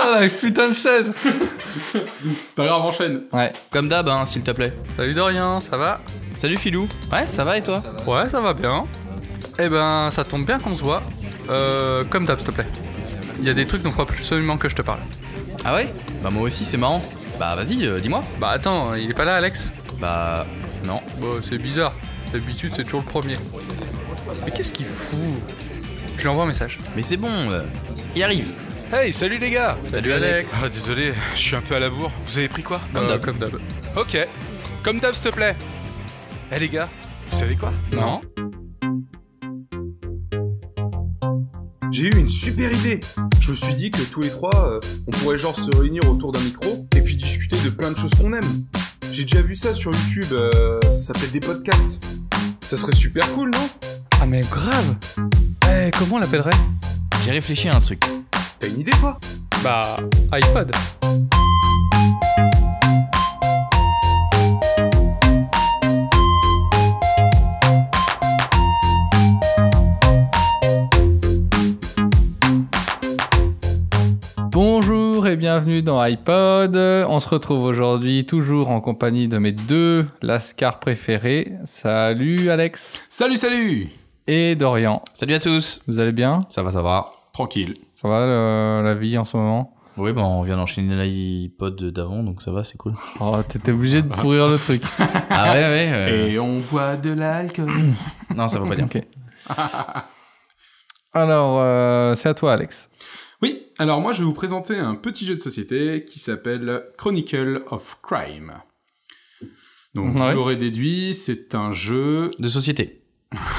Ah, la putain de chaise. C'est pas grave, enchaîne. Ouais. Comme d'hab, hein, s'il te plaît. Salut Dorian, ça va Salut Filou. Ouais, ça va et toi Ouais, ça va bien. Eh ben, ça tombe bien qu'on se voit. Euh, comme d'hab, s'il te plaît. Il y a des trucs dont faut absolument que je te parle. Ah ouais Bah moi aussi, c'est marrant. Bah vas-y, euh, dis-moi. Bah attends, il est pas là, Alex Bah non. Bah, c'est bizarre. D'habitude, c'est toujours le premier. Mais qu'est-ce qu'il fout Je lui envoie un message. Mais c'est bon, euh, il arrive. Hey, salut les gars Salut, Alex. Ah, désolé, je suis un peu à la bourre. Vous avez pris quoi Comme Euh, d'hab. Comme d'hab. Ok. Comme d'hab, s'il te plaît. Eh les gars, vous savez quoi Non J'ai eu une super idée. Je me suis dit que tous les trois, euh, on pourrait genre se réunir autour d'un micro et puis discuter de plein de choses qu'on aime. J'ai déjà vu ça sur YouTube, euh, ça s'appelle des podcasts. Ça serait super cool, non Ah, mais grave Eh, comment on l'appellerait J'ai réfléchi à un truc. T'as une idée, toi Bah, iPod. Bonjour et bienvenue dans iPod. On se retrouve aujourd'hui toujours en compagnie de mes deux lascars préférés. Salut Alex Salut, salut et Dorian. Salut à tous. Vous allez bien Ça va, ça va. Tranquille. Ça va le- la vie en ce moment Oui, bah on vient d'enchaîner l'iPod d'avant, donc ça va, c'est cool. Oh, t'étais obligé de pourrir le truc. Ah ouais, ouais. euh, Et on boit de l'alcool. Non, ça va pas dire. Ok. Alors, euh, c'est à toi, Alex. Oui, alors moi je vais vous présenter un petit jeu de société qui s'appelle Chronicle of Crime. Donc Ouais. vous l'aurez déduit, c'est un jeu, De société.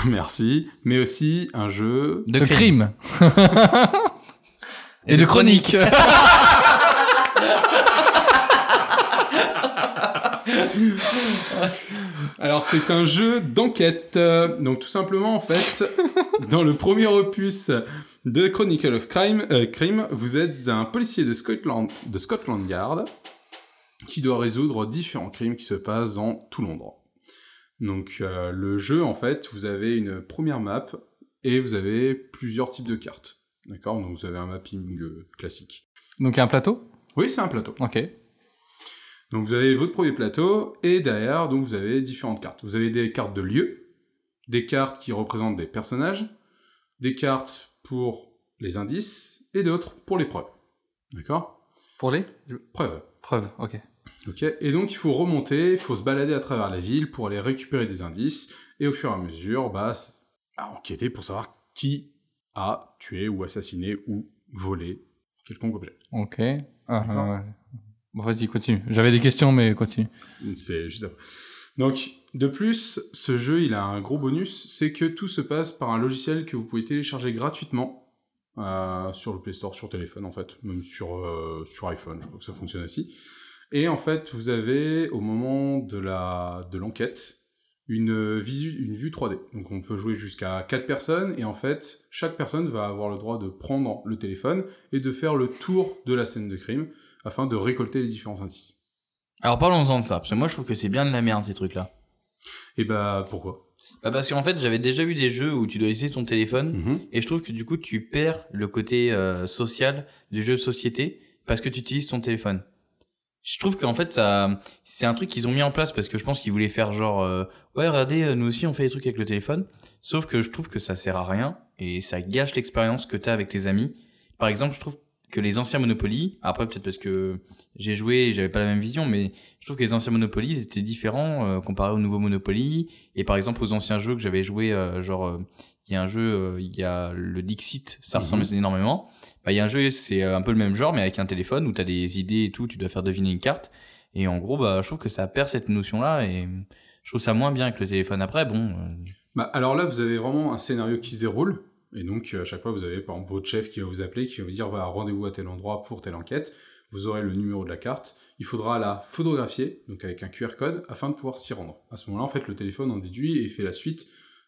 merci, mais aussi un jeu... De Le crime. crime. Et, de chronique. Alors c'est un jeu d'enquête. Euh, Donc tout simplement en fait, dans le premier opus de Chronicle of Crime, euh, Crime vous êtes un policier de Scotland, de Scotland Yard qui doit résoudre différents crimes qui se passent dans tout Londres. Donc euh, le jeu en fait, vous avez une première map et vous avez plusieurs types de cartes. D'accord Donc vous avez un mapping euh, classique. Donc, il y a un plateau. Oui, c'est un plateau. Ok. Donc vous avez votre premier plateau et derrière donc vous avez différentes cartes. Vous avez des cartes de lieux, des cartes qui représentent des personnages, des cartes pour les indices et d'autres pour les preuves. D'accord Pour les Preuves. preuves. Ok. Ok. Et donc il faut remonter, il faut se balader à travers la ville pour aller récupérer des indices et au fur et à mesure bah s- à enquêter pour savoir qui a tué ou assassiné ou volé quelconque objet. Ok. Ah, D'accord. ouais. Bon, vas-y, continue. J'avais des questions, mais continue. C'est juste après. Donc, de plus, ce jeu, il a un gros bonus, c'est que tout se passe par un logiciel que vous pouvez télécharger gratuitement euh, sur le Play Store, sur téléphone en fait, même sur, euh, sur iPhone, je crois que ça fonctionne aussi. Et en fait, vous avez, au moment de la de l'enquête, une, euh, visu- une vue 3D. Donc on peut jouer jusqu'à 4 personnes, et en fait, chaque personne va avoir le droit de prendre le téléphone et de faire le tour de la scène de crime, afin de récolter les différents indices. Alors parlons-en de ça, parce que moi je trouve que c'est bien de la merde ces trucs-là. Et bah, pourquoi Bah parce qu'en fait j'avais déjà eu des jeux où tu dois utiliser ton téléphone Et je trouve que du coup, tu perds le côté euh, social du jeu de société parce que tu utilises ton téléphone. Je trouve qu'en fait, ça, c'est un truc qu'ils ont mis en place parce que je pense qu'ils voulaient faire genre, euh, ouais, regardez, euh, nous aussi on fait des trucs avec le téléphone. Sauf que je trouve que ça sert à rien et ça gâche l'expérience que t'as avec tes amis. Par exemple, je trouve que les anciens Monopoly, après peut-être parce que j'ai joué et j'avais pas la même vision, mais je trouve que les anciens Monopoly ils étaient différents euh, comparés aux nouveaux Monopoly et par exemple aux anciens jeux que j'avais joué, euh, genre, euh, il y a un jeu, euh, il y a le Dixit, ça Mhm. ressemble énormément. Bah, il y a un jeu, c'est euh, un peu le même genre, mais avec un téléphone où t'as des idées et tout, tu dois faire deviner une carte. Et en gros, bah, je trouve que ça perd cette notion-là et je trouve ça moins bien que le téléphone. Après, bon, euh, Bah, alors là, vous avez vraiment un scénario qui se déroule. Et donc, euh, à chaque fois, vous avez par exemple votre chef qui va vous appeler, qui va vous dire voilà, rendez-vous à tel endroit pour telle enquête. Vous aurez le numéro de la carte. Il faudra la photographier, donc avec un QR code, afin de pouvoir s'y rendre. À ce moment-là, en fait, le téléphone en déduit et fait la suite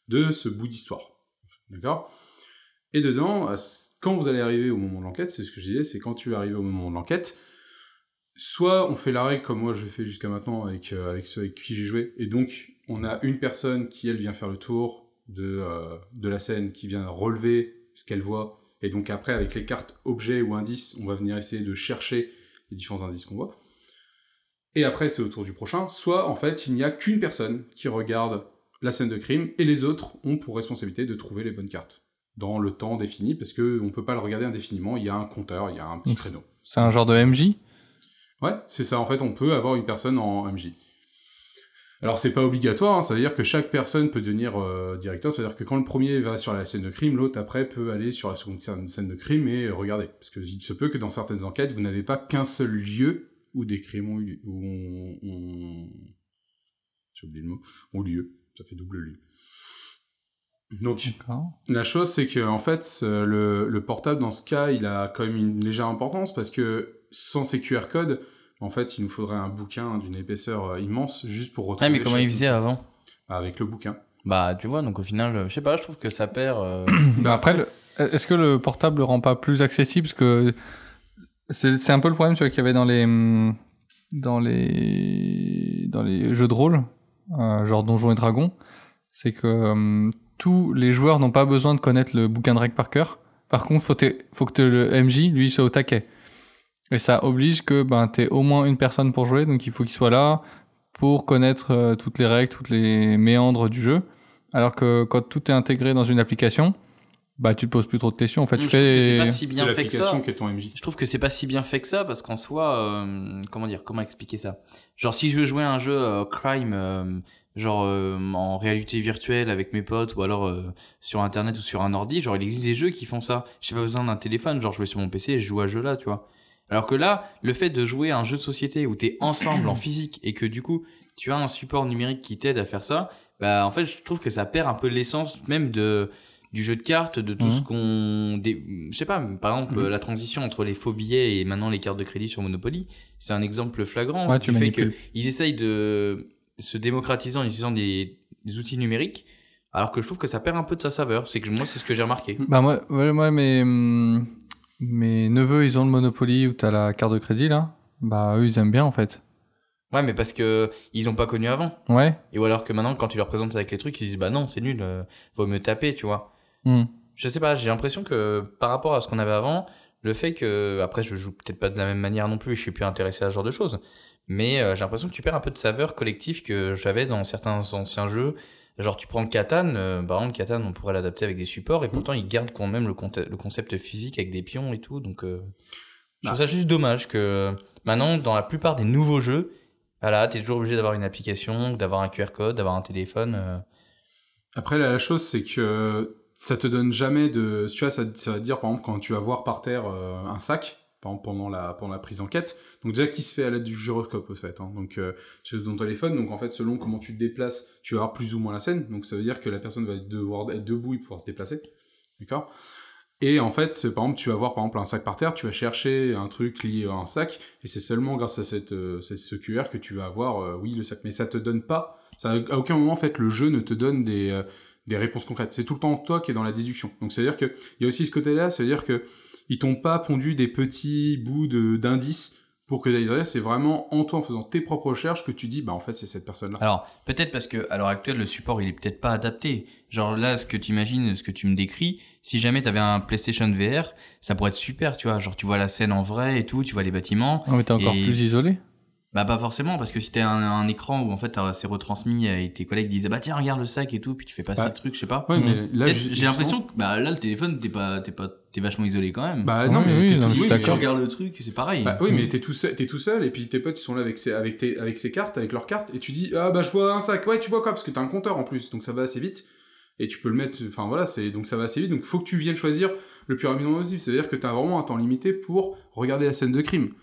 de ce bout d'histoire. D'accord Et dedans, à ce- quand vous allez arriver au moment de l'enquête, c'est ce que je disais, c'est quand tu vas arriver au moment de l'enquête, soit on fait la règle comme moi je fais jusqu'à maintenant avec, euh, avec ceux avec qui j'ai joué, et donc on a une personne qui elle vient faire le tour de, euh, de la scène, qui vient relever ce qu'elle voit, Et donc après, avec les cartes objets ou indices, on va venir essayer de chercher les différents indices qu'on voit. Et après, c'est au tour du prochain. Soit, en fait, il n'y a qu'une personne qui regarde la scène de crime et les autres ont pour responsabilité de trouver les bonnes cartes dans le temps défini parce que on peut pas le regarder indéfiniment. Il y a un compteur, il y a un petit Ouf. créneau. C'est un genre de MJ Ouais, c'est ça. En fait, on peut avoir une personne en MJ. Alors, c'est pas obligatoire, hein, ça veut dire que chaque personne peut devenir euh, directeur, ça veut dire que quand le premier va sur la scène de crime, l'autre après peut aller sur la seconde scène scène de crime et euh, regarder. Parce que il se peut que dans certaines enquêtes, vous n'avez pas qu'un seul lieu où des crimes ont eu lieu. Où on, on- J'ai oublié le mot. Ont lieu. Ça fait double lieu. Donc, D'accord. la chose, c'est que en fait, euh, le, le portable dans ce cas, il a quand même une légère importance parce que sans ces QR codes, en fait, il nous faudrait un bouquin d'une épaisseur euh, immense juste pour retrouver. Ah, mais comment chaque- ils faisaient avant Avec le bouquin. Bah, tu vois, donc au final, euh, je sais pas, je trouve que ça perd. euh, Bah, Après, le- c'est- est-ce que le portable le rend pas plus accessible Parce que c'est c'est un peu le problème tu vois, qu'il y avait dans les, hum, dans les, dans les jeux de rôle, euh, genre Donjons et Dragons, c'est que hum, tous les joueurs n'ont pas besoin de connaître le bouquin de règles par cœur. Par contre, faut, t'es- faut que t'es le MJ, lui, soit au taquet. Et ça oblige que ben, tu au moins une personne pour jouer, donc il faut qu'il soit là pour connaître euh, toutes les règles, toutes les méandres du jeu. Alors que quand tout est intégré dans une application, bah tu te poses plus trop de questions. En fait, je tu trouve que c'est fais. pas si C'est bien fait que ça. l'application qui est ton MJ. Je trouve que c'est pas si bien fait que ça parce qu'en soi, euh, comment dire, comment expliquer ça Genre si je veux jouer à un jeu euh, crime, euh, genre euh, en réalité virtuelle avec mes potes ou alors euh, sur internet ou sur un ordi, genre il existe des jeux qui font ça. J'ai pas besoin d'un téléphone, genre je vais sur mon PC et je joue à ce jeu là, tu vois. Alors que là, le fait de jouer à un jeu de société où t'es ensemble en physique et que du coup tu as un support numérique qui t'aide à faire ça, bah en fait je trouve que ça perd un peu l'essence même de du jeu de cartes, de tout Mhm. ce qu'on, dé- je sais pas, par exemple Mhm. euh, la transition entre les faux billets et maintenant les cartes de crédit sur Monopoly, c'est un exemple flagrant Ouais, tu du fait que manipules. ils essayent de se démocratiser en utilisant des, des outils numériques, alors que je trouve que ça perd un peu de sa saveur. C'est que moi, c'est ce que j'ai remarqué. Bah moi, ouais, moi, mes hum, mes neveux, ils ont le Monopoly où t'as la carte de crédit là. Bah eux, ils aiment bien en fait. Ouais, mais parce que ils ont pas connu avant. Ouais. Et ou alors que maintenant, quand tu leur présentes avec les trucs, ils disent bah non, c'est nul, euh, vaut mieux taper, tu vois. Hum. Je sais pas, j'ai l'impression que par rapport à ce qu'on avait avant, le fait que après je joue peut-être pas de la même manière non plus, je suis plus intéressé à ce genre de choses, mais euh, j'ai l'impression que tu perds un peu de saveur collective que j'avais dans certains anciens jeux. Genre tu prends Catan, euh, par exemple Catan, on pourrait l'adapter avec des supports et pourtant ils gardent quand même le, conte- le concept physique avec des pions et tout, donc euh, je trouve ça juste dommage que maintenant dans la plupart des nouveaux jeux, voilà, t'es toujours obligé d'avoir une application, d'avoir un QR code, d'avoir un téléphone. euh, Après, la, la chose, c'est que ça te donne jamais de. Tu vois, ça, ça va te dire, par exemple, quand tu vas voir par terre euh, un sac, par exemple, pendant la, pendant la prise d'enquête, donc déjà qui se fait à l'aide du gyroscope, au fait. hein. Donc, euh, c'est ton téléphone, donc en fait, selon comment tu te déplaces, tu vas avoir plus ou moins la scène. Donc, ça veut dire que la personne va devoir être debout et pouvoir se déplacer. D'accord et en fait, c'est- par exemple, tu vas voir par exemple un sac par terre, tu vas chercher un truc lié à un sac, et c'est seulement grâce à cette, euh, c'est ce QR que tu vas avoir, euh, oui, le sac. Mais ça te donne pas ça, à aucun moment, en fait, le jeu ne te donne des, euh, des réponses concrètes. C'est tout le temps toi qui est dans la déduction. Donc, c'est-à-dire que il y a aussi ce côté-là, c'est-à-dire que ils t'ont pas pondu des petits bouts de- d'indices pour que t'ailles derrière. C'est vraiment en toi, en faisant tes propres recherches, que tu dis, bah, en fait, c'est cette personne-là. Alors, peut-être parce que à l'heure actuelle, le support, il est peut-être pas adapté. Genre là, ce que tu imagines, ce que tu me décris, si jamais tu avais un PlayStation VR, ça pourrait être super, tu vois. Genre, tu vois la scène en vrai et tout, tu vois les bâtiments. Ah, mais t'es encore Et- plus isolé. Bah, pas forcément, parce que si t'as un, un écran où en fait t'as- c'est retransmis et tes collègues disent, bah tiens, regarde le sac et tout, puis tu fais passer Bah, le truc, je sais pas. Ouais, Mmh. mais là, Peut-être- ju- J'ai l'impression que bah, là, le téléphone, t'es pas, t'es pas, t'es vachement isolé quand même. Bah, non, Oui, mais oui, t'es non, je tout- suis si oui, tu d'accord. mais- regardes le truc, c'est pareil. Bah oui, mais Mm. t'es tout seul, t'es tout seul, et puis tes potes ils sont là avec, ses- avec, tes, avec ses cartes, avec leurs cartes, et tu dis ah bah je vois un sac, ouais tu vois quoi, parce que t'as un compteur en plus, donc ça va assez vite, et tu peux le mettre, enfin voilà, c'est donc ça va assez vite, donc faut que tu viennes choisir le plus rapidement possible, c'est-à-dire que t'as vraiment un temps limité pour regarder la scène de crime.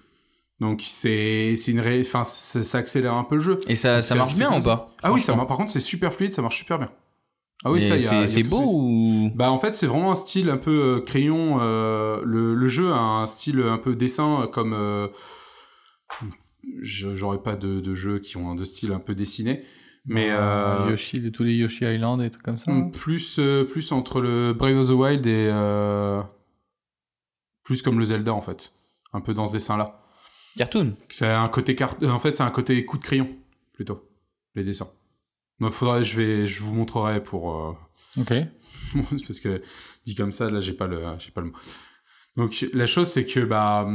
Donc c'est c'est une ré... enfin ça, ça accélère un peu le jeu. Et ça, C'est- ça marche c'est bien comme ou pas Ah oui, ça marche. Par contre c'est super fluide, ça marche super bien. Ah oui, Mais ça y a- y a c'est- C'est tout de beau suite. ou. Bah en fait c'est vraiment un style un peu euh, crayon. euh, le, le jeu a un style un peu dessin euh, comme euh, je- j'aurais pas de, de jeux qui ont un de style un peu dessiné, mais euh, Ah, Yoshi, de tous les Yoshi Island et tout comme ça. plus euh, plus entre le Brave of the Wild et euh, plus comme le Zelda en fait, un peu dans ce dessin là. Cartoon C'est un côté carte. euh, En fait c'est un côté coup de crayon plutôt les dessins. Donc faudrait je vais je vous montrerai pour euh, Ok. parce que Dit comme ça, là, j'ai pas le, j'ai pas le mot. Donc, la chose, c'est que, bah,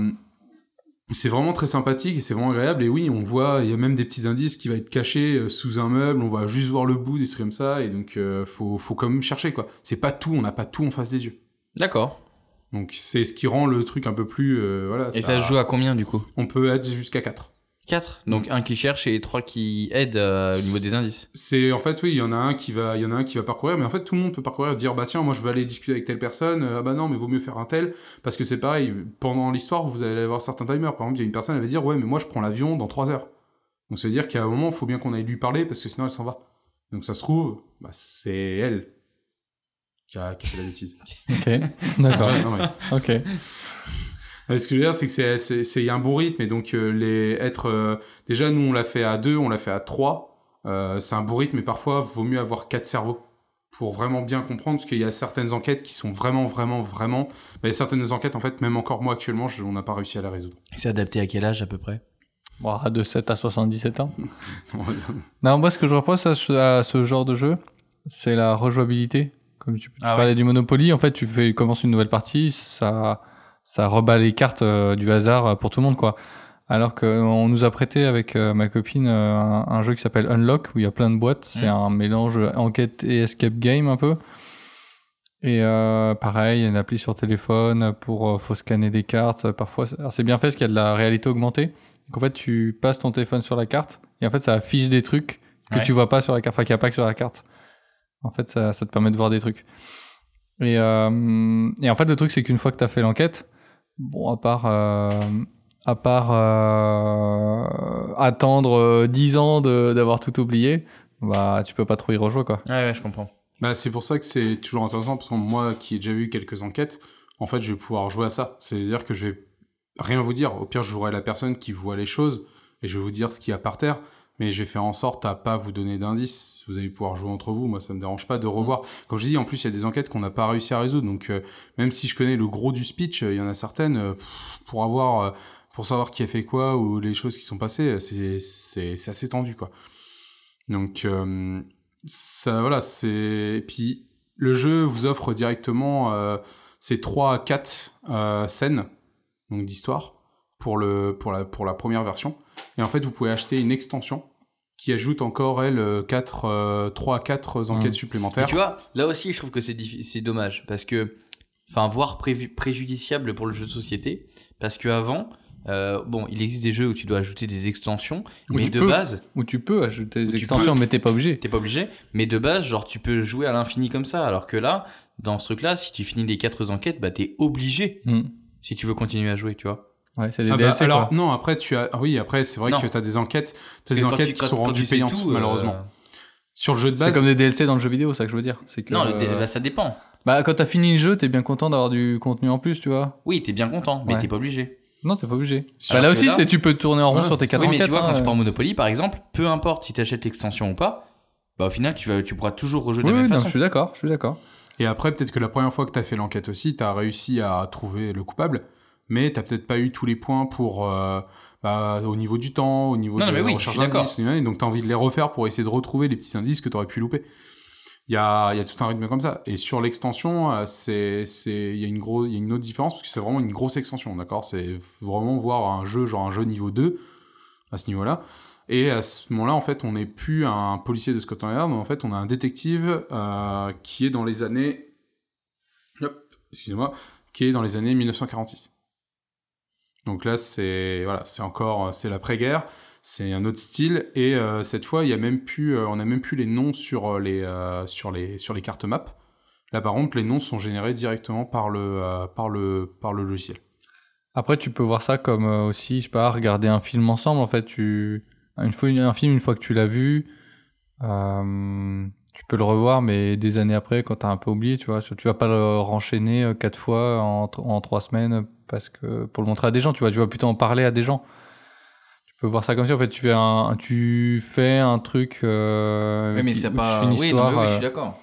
c'est vraiment très sympathique et c'est vraiment agréable. Et oui, on voit, il y a même des petits indices qui va être caché euh, sous un meuble, on va juste voir le bout, des trucs comme ça. Et donc, euh, faut, faut quand même chercher, quoi. C'est pas tout, on n'a pas tout en face des yeux. D'accord. Donc, c'est ce qui rend le truc un peu plus, euh, voilà. Et ça se joue à combien du coup On peut être jusqu'à 4. 4 Donc un qui cherche et trois qui aident euh, au niveau des indices. C'est en fait oui, il y en a un qui va, il y en a un qui va parcourir, mais en fait tout le monde peut parcourir, dire bah tiens moi je vais aller discuter avec telle personne, euh, ah bah non mais vaut mieux faire un tel parce que c'est pareil pendant l'histoire vous allez avoir certains timers. Par exemple il y a une personne elle va dire ouais mais moi je prends l'avion dans 3 heures. Donc ça veut dire qu'à un moment il faut bien qu'on aille lui parler parce que sinon elle s'en va. Donc ça se trouve bah, c'est elle qui a, qui a fait la bêtise. Ok, d'accord. Ouais, non, ouais. Ok. Euh, ce que je veux dire, c'est que c'est- c'est c'est- il y a un bon rythme et donc euh, les être euh, déjà nous on l'a fait à deux, on l'a fait à trois. Euh, c'est un bon rythme, mais parfois vaut mieux avoir quatre cerveaux pour vraiment bien comprendre parce qu'il y a certaines enquêtes qui sont vraiment vraiment vraiment. bah, Il y a certaines enquêtes en fait, même encore moi actuellement, je- on n'a pas réussi à la résoudre. C'est adapté à quel âge à peu près Bon, de 7 à 77 ans. On va dire. Non, moi, ce que je reproche à ce, à ce genre de jeu, c'est la rejouabilité. Comme tu, tu Ah ouais. parlais du Monopoly, en fait, tu fais, tu commences une nouvelle partie, ça, ça rebat les cartes euh, du hasard euh, pour tout le monde, quoi. Alors qu'on nous a prêté avec euh, ma copine euh, un, un jeu qui s'appelle Unlock, où il y a plein de boîtes. C'est Mm. un mélange enquête et escape game, un peu. Et euh, pareil, il y a une appli sur téléphone pour euh, faut scanner des cartes. Parfois, c'est- alors c'est bien fait parce qu'il y a de la réalité augmentée. Donc en fait, tu passes ton téléphone sur la carte et en fait, ça affiche des trucs que Ouais. tu vois pas sur la carte, enfin qu'il n'y a pas que sur la carte. En fait, ça, ça te permet de voir des trucs. Et, euh, et en fait, le truc, c'est qu'une fois que tu as fait l'enquête, bon, à part, euh, à part euh, attendre euh, 10 ans de- d'avoir tout oublié, bah, tu peux pas trop y rejouer, quoi. Ouais, ouais, je comprends. Bah, c'est pour ça que c'est toujours intéressant parce que moi qui ai déjà eu quelques enquêtes, en fait, je vais pouvoir jouer à ça. C'est-à-dire que je vais rien vous dire. Au pire, je jouerai la personne qui voit les choses et je vais vous dire ce qu'il y a par terre. Mais je vais faire en sorte à pas vous donner d'indices. Vous allez pouvoir jouer entre vous. Moi, ça me dérange pas de revoir. Comme je dis, en plus, il y a des enquêtes qu'on n'a pas réussi à résoudre. Donc, euh, même si je connais le gros du speech, euh, il y en a certaines euh, pff, pour avoir, euh, pour savoir qui a fait quoi ou les choses qui sont passées, euh, c'est- c'est c'est assez tendu, quoi. Donc, euh, ça, voilà, c'est. et Puis, le jeu vous offre directement euh, ces 3 à 4 euh, scènes donc d'histoire pour, le, pour, la, pour la première version. Et en fait, vous pouvez acheter une extension qui ajoute encore, elle, euh, 4, 3 à 4 enquêtes Mm. supplémentaires. Mais tu vois, là aussi, je trouve que c'est diffi- c'est dommage parce que, enfin, voire prévu- préjudiciable pour le jeu de société, parce que avant, euh, bon, il existe des jeux où tu dois ajouter des extensions, Où mais tu de peux. base, Ou tu peux ajouter des tu extensions, mais t'es pas obligé. t'es pas obligé. Mais de base, genre, tu peux jouer à l'infini comme ça, alors que là, dans ce truc-là, si tu finis les quatre enquêtes, bah, t'es obligé Hmm. si tu veux continuer à jouer, tu vois. Ouais, c'est des Ah bah, DLC, alors quoi. non, après tu as ah oui, après c'est vrai Non. que tu as des enquêtes, t'as des Parce que quand enquêtes tu- qui quand- sont quand tu rendues sais payantes tout, euh, malheureusement. Sur le jeu de C'est base, comme des DLC dans le jeu vidéo, ça que je veux dire. C'est que Non, le dé- euh, bah, ça dépend. bah, quand t'as fini le jeu, t'es bien content d'avoir du contenu en plus, tu vois. Oui, t'es bien content, mais Ouais. t'es pas obligé. Non, t'es pas obligé. Sur Bah, là que aussi, là- c'est tu peux tourner en rond Ouais, sur tes c'est- 4 Oui, mais tu enquêtes, vois, quand hein, tu euh. pars en Monopoly, par exemple, peu importe si t'achètes l'extension ou pas, bah, au final, tu, vas, tu pourras toujours rejouer de hein. Oui, la oui, même non, je façon. suis d'accord, je suis d'accord. et après peut-être que la première fois que tu as fait l'enquête aussi, tu as réussi à trouver le coupable, mais tu peut-être pas eu tous les points pour euh, bah, au niveau du temps, au niveau Non, de non, mais la oui, recherche je suis d'indices, et donc tu as envie de les refaire pour essayer de retrouver les petits indices que tu aurais pu louper. Il y a, il y a tout un rythme comme ça. Et sur l'extension, euh, c'est, c'est, il y a une grosse, il y a une autre différence parce que c'est vraiment une grosse extension, d'accord C'est vraiment voir un jeu, genre un jeu niveau 2 à ce niveau-là. Et à ce moment-là, en fait, on n'est plus un policier de Scotland Yard, mais en fait, on a un détective euh, qui est dans les années, Hop, excusez-moi, qui est dans les années 1946. Donc là, c'est voilà, c'est encore, c'est l'après-guerre, c'est un autre style, et euh, cette fois, il y a même plus, euh, on a même plus les noms sur euh, les euh, sur les sur les cartes map. Là, par contre, les noms sont générés directement par le euh, par le par le logiciel. Après, tu peux voir ça comme euh, aussi, je sais pas, regarder un film ensemble. En fait, tu une fois un film une fois que tu l'as vu, euh, tu peux le revoir, mais des années après, quand t'as un peu oublié, tu vois, tu vas pas le renchaîner euh, quatre fois en, tr- en trois semaines parce que pour le montrer à des gens, tu vois, tu vas plutôt en parler à des gens. Tu peux voir ça comme ça. En fait, tu fais un, tu fais un truc. euh, Oui, mais qui- c'est où tu pas. fais une oui, non, mais histoire, oui, je euh, suis d'accord.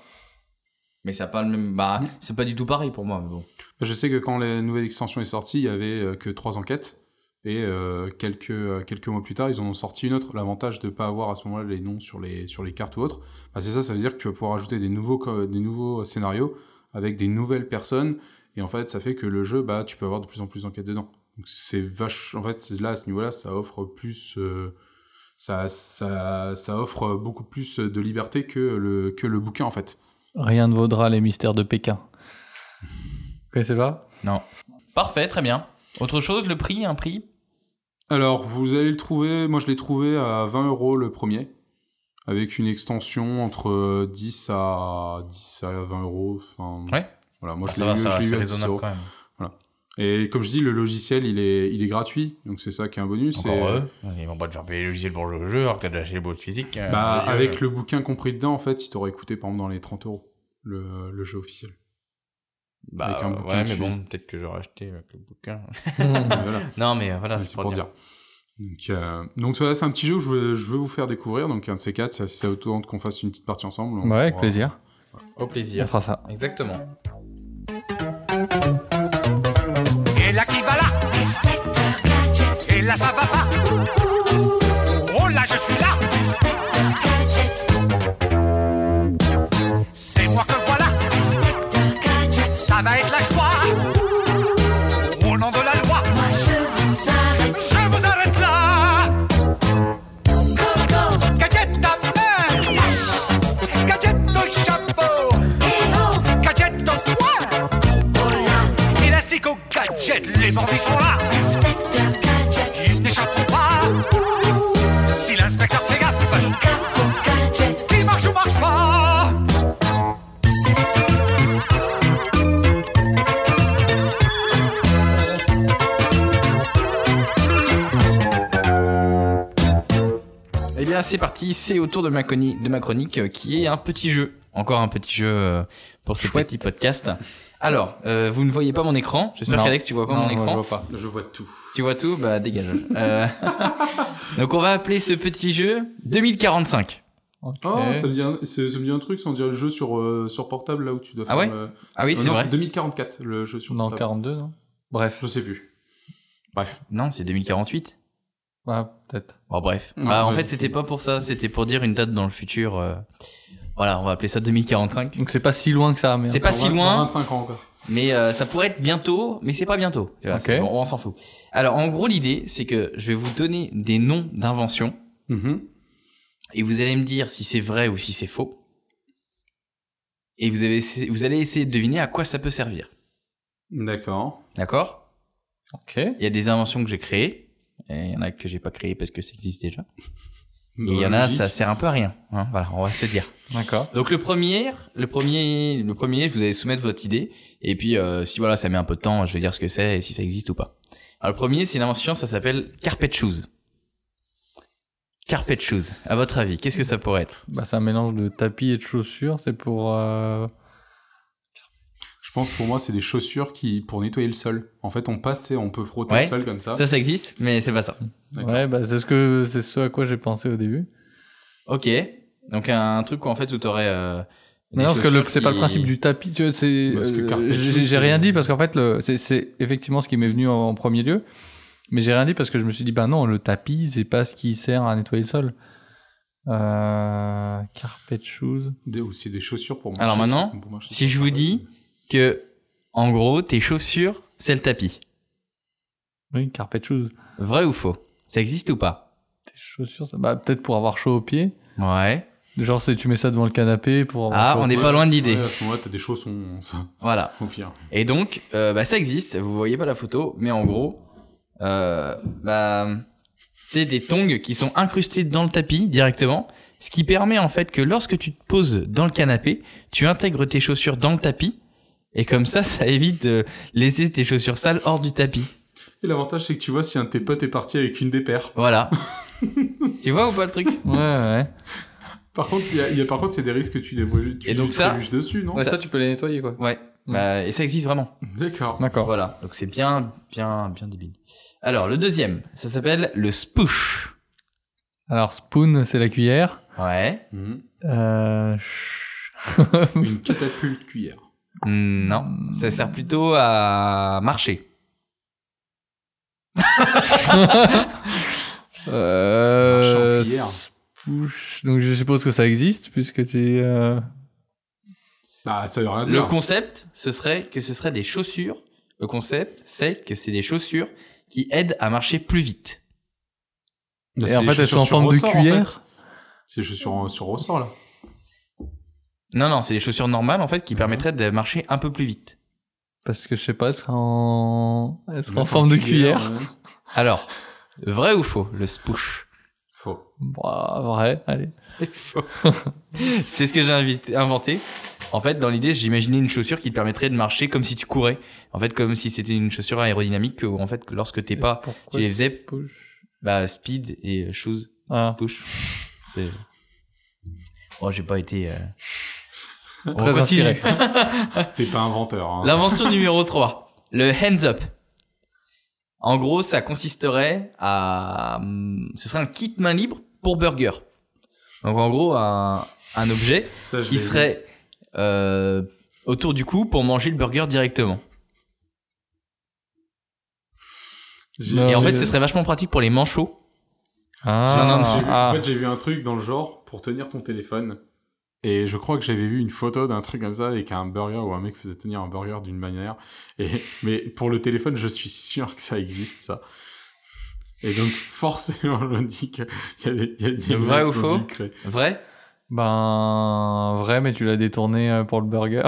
Mais ça a pas le même. Bah, c'est pas du tout pareil pour moi, mais bon. Bah, Je sais que quand la nouvelle extension est sortie, il y avait euh, que trois enquêtes. Et euh, quelques, euh, quelques mois plus tard, ils en ont sorti une autre. L'avantage de ne pas avoir à ce moment-là les noms sur les, sur les cartes ou autres, bah, c'est ça, ça veut dire que tu vas pouvoir ajouter des nouveaux, co- des nouveaux scénarios avec des nouvelles personnes. Et en fait, ça fait que le jeu, bah, tu peux avoir de plus en plus d'enquêtes dedans. Donc c'est vache. En fait, là, à ce niveau-là, ça offre plus. euh, ça, ça, ça offre beaucoup plus de liberté que le, que le bouquin, en fait. Rien ne vaudra les mystères de Pékin. Vous connaissez pas Non. Parfait, très bien. Autre chose, le prix, un prix Alors, vous allez le trouver. Moi, je l'ai trouvé à 20 euros le premier. Avec une extension entre euh, 10 à, 10 à 20 euros. Enfin, Ouais. Voilà, moi, Ah, je ça l'ai va, eu, ça je va, l'ai eu c'est à 10 raisonnable euros. quand même. Et comme je dis, le logiciel, il est, il est gratuit. Donc, c'est ça qui est un bonus. et- Encore eux, ils vont pas te faire payer le logiciel pour le jeu alors que t'as déjà acheté le boîte physique. euh, Bah, euh, avec le bouquin compris dedans, en fait, il t'aurait coûté, par exemple, dans les 30 euros, le, le jeu officiel. bah, avec un euh, bouquin ouais, mais dessus. bon, peut-être que j'aurais acheté avec le bouquin. Mais voilà, non, mais euh, voilà, mais c'est pour dire. Donc, euh, donc voilà, c'est un petit jeu que je veux, je veux vous faire découvrir. Donc, un de ces quatre, ça- si ça vous tente qu'on fasse une petite partie ensemble. on Bah Ouais, avec pourra- plaisir. Au On plaisir. fera ça. Exactement. Et là qui va là Et là ça va pas Oh là je suis là C'est moi que voilà Ça va être la joie Au nom de la loi Je vous arrête là Gadget à main Gadget au chapeau Gadget au poing Élastique au gadget, les bandits sont là. Ils n'échapperont pas. Si l'inspecteur fait gaffe, qui marche ou marche pas. Eh bien, c'est parti, c'est au tour de ma, chroni- de ma chronique euh, qui est un petit jeu. Encore un petit jeu euh, pour ce petit podcast. Alors, euh, vous ne voyez pas mon écran. J'espère Non. qu'Alex, tu vois pas Non, mon moi, écran. je vois pas. Je vois tout. Tu vois tout Bah, dégage. Euh, Donc, on va appeler ce petit jeu 2045. Oh, Ok. ça, me dit un, c'est- ça me dit un truc, ça on dirait le jeu sur, euh, sur portable là où tu dois Ah faire. ouais euh, Ah oui, euh, c'est non, vrai. c'est 2044 le jeu sur Dans portable. 42, non Bref, Je sais plus. Bref. Non, c'est 2048. ouais, peut-être. Bon, bref. Ah, Non, Bah, en ouais. fait, c'était pas pour ça. C'était pour dire une date dans le futur. euh, Voilà, on va appeler ça 2045. Donc c'est pas si loin que ça, mais. C'est pas Dans si vingt- loin. dans 25 ans encore. Mais euh, ça pourrait être bientôt, mais c'est pas bientôt. Tu vois, Ok. c'est- bon, on s'en fout. Alors, en gros, l'idée, c'est que je vais vous donner des noms d'inventions Mhm. et vous allez me dire si c'est vrai ou si c'est faux. Et vous, avez, essa- vous allez essayer de deviner à quoi ça peut servir. D'accord. D'accord Ok. Il y a des inventions que j'ai créées. Et il y en a que j'ai pas créées parce que ça existe déjà. Et il y en a, ça sert un peu à rien. hein. voilà, on va se le dire. D'accord. Donc le premier, le premier, le premier, vous allez soumettre votre idée et puis euh, si voilà, ça met un peu de temps, je vais dire ce que c'est et si ça existe ou pas. Alors le premier, c'est une invention, ça s'appelle carpet shoes. Carpet shoes. À votre avis, qu'est-ce que ça pourrait être Bah, c'est un mélange de tapis et de chaussures. C'est pour. euh, Je pense pour moi, c'est des chaussures qui pour nettoyer le sol. En fait, on passe, tu sais, on peut frotter Ouais. le sol comme ça. Ça, ça existe, mais c'est pas ça. D'accord. Ouais, bah, c'est ce que c'est ce à quoi j'ai pensé au début. Ok. Donc un truc où en fait où t'aurais. Euh, Mais des non, parce que le- chaussures c'est pas le qui- principe du tapis, tu vois, c'est. Parce que euh, carpet j'ai shoes, j'ai c'est- rien dit parce qu'en fait, le- c'est- c'est effectivement ce qui m'est venu en, en premier lieu. Mais j'ai rien dit parce que je me suis dit, bah non, le tapis, c'est pas ce qui sert à nettoyer le sol. Euh, carpet shoes. Des- ou c'est des chaussures pour marcher. Alors maintenant, c'est pour marcher si sur je le vous sol. dis que en gros tes chaussures, c'est le tapis. Oui, carpet shoes. Vrai ou faux Ça existe ou pas Tes chaussures, ça... bah, peut-être pour avoir chaud aux pieds. Ouais. Genre, c'est tu mets ça devant le canapé pour avoir Ah, chaud aux on n'est pieds. pas loin de l'idée. Ouais, à ce moment-là, t'as des chaussons, ça, Voilà. au pire. Et donc, euh, bah, ça existe, vous voyez pas la photo, mais en gros, euh, bah, c'est des tongs qui sont incrustés dans le tapis directement, ce qui permet en fait que lorsque tu te poses dans le canapé, tu intègres tes chaussures dans le tapis, et comme ça, ça évite de laisser tes chaussures sales hors du tapis. Et l'avantage, c'est que tu vois si un de tes potes est parti avec une des paires. Voilà. tu vois ou pas le truc Ouais, ouais. Par contre, il y a, il y a- par contre, c'est des risques que tu les vois tu Et donc tu ça- trébuches dessus, non Ouais, ça, tu peux les nettoyer, quoi. Ouais. Bah, et ça existe vraiment. D'accord. D'accord. Voilà. Donc c'est bien, bien, bien débile. Alors, le deuxième, ça s'appelle le spoosh. Alors, spoon, c'est la cuillère. Ouais. Mhm. Euh... ch- Une catapulte cuillère. Non, ça sert plutôt à marcher. euh... Marchand cuillère. euh, spouche. Donc, je suppose que ça existe, puisque tu... euh, Ah, ça veut rien Le dire. concept, ce serait que ce serait des chaussures. Le concept, c'est que c'est des chaussures qui aident à marcher plus vite. Bah, Et c'est en des fait, elles chaussures sont en sur forme de ressort, en fait. cuillère. C'est des chaussures en- sur ressort, là. Non, non, c'est des chaussures normales en fait qui permettraient de marcher un peu plus vite. Parce que je sais pas, elles seraient en, elles seraient en Elles sont forme de cuillère. ouais. Alors, vrai ou faux Le spoosh. Faux. Bah, vrai, allez. C'est faux. c'est ce que j'ai invité- inventé. En fait, dans l'idée, j'imaginais une chaussure qui te permettrait de marcher comme si tu courais. En fait, comme si c'était une chaussure aérodynamique que, en fait, que lorsque t'es pas Pourquoi tu les faisais- ça bouge bah, speed et shoes Ah. push. C'est. Oh, j'ai pas été. euh, on Très continue. inspiré. T'es pas inventeur. Hein. L'invention numéro 3, le hands up. En gros, ça consisterait à. hum, Ce serait un kit main libre pour burger. Donc, en gros, un, un objet Ça, je qui l'ai vu. serait euh, autour du cou pour manger le burger directement. J'ai- Non, Et en j'ai- fait, ce serait vachement pratique pour les manchots. Ah, J'ai- non, j'ai vu- ah. En fait, j'ai vu un truc dans le genre pour tenir ton téléphone. Et je crois que j'avais vu une photo d'un truc comme ça avec un burger où un mec faisait tenir un burger d'une manière. Et, mais pour le téléphone, je suis sûr que ça existe, ça. Et donc, forcément, je dis qu'il y a des, il y a des Le vrai mecs ou qui ont faux dû le créer. Vrai Ben, vrai, mais tu l'as détourné euh, pour le burger.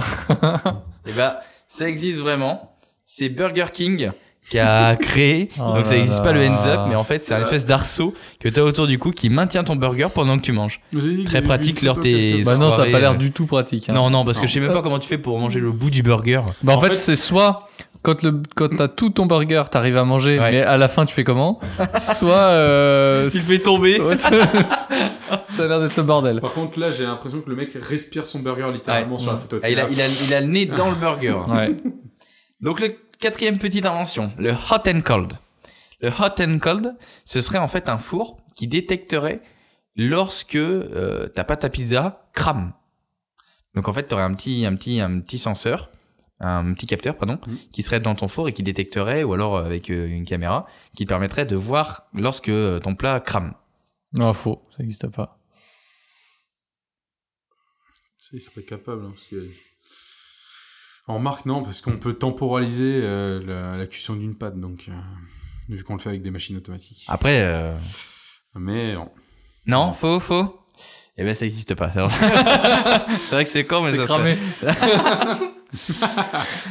Et bah, ça existe vraiment. C'est Burger King qui a créé. Oh donc ça là n'existe là. pas le hands up, mais en fait c'est un espèce d'arceau que t'as autour du cou qui maintient ton burger pendant que tu manges. J'ai dit que Très j'avais pratique, vu une photo leur thé- quelque Bah Bah part. non, ça a soirée, pas euh, l'air du tout pratique. hein. Non, non, parce que Non. je sais même pas comment tu fais pour manger le bout du burger. Bah en, En fait, fait- c'est soit quand le quand t'as tout ton burger, t'arrives à manger, Ouais. mais à la fin tu fais comment Soit euh, Tu le fais tomber. ouais, ça, ça a l'air d'être le bordel. Par contre, là, j'ai l'impression que le mec respire son burger littéralement Ouais. sur la photo. Ah, il, a, il, a, il a le nez dans le burger. Ouais. Donc le quatrième petite invention, le hot and cold. Le hot and cold, ce serait en fait un four qui détecterait lorsque euh, ta pâte à pizza crame. Donc en fait, tu aurais un petit, un, petit, un petit senseur, un petit capteur, pardon, Mmh. Mhm. qui serait dans ton four et qui détecterait, ou alors avec euh, une caméra, qui te permettrait de voir lorsque euh, ton plat crame. Non, faux, ça n'existe pas. Ça, il serait capable. hein, parce que- En marque, non, parce qu'on peut temporaliser euh, la, la cuisson d'une pâte, donc euh, vu qu'on le fait avec des machines automatiques. Ah. Après, euh, Mais non. non, Non. faux, faux. Eh ben ça n'existe pas. C'est vrai. C'est vrai que c'est con, mais C'est ça serait- cramé.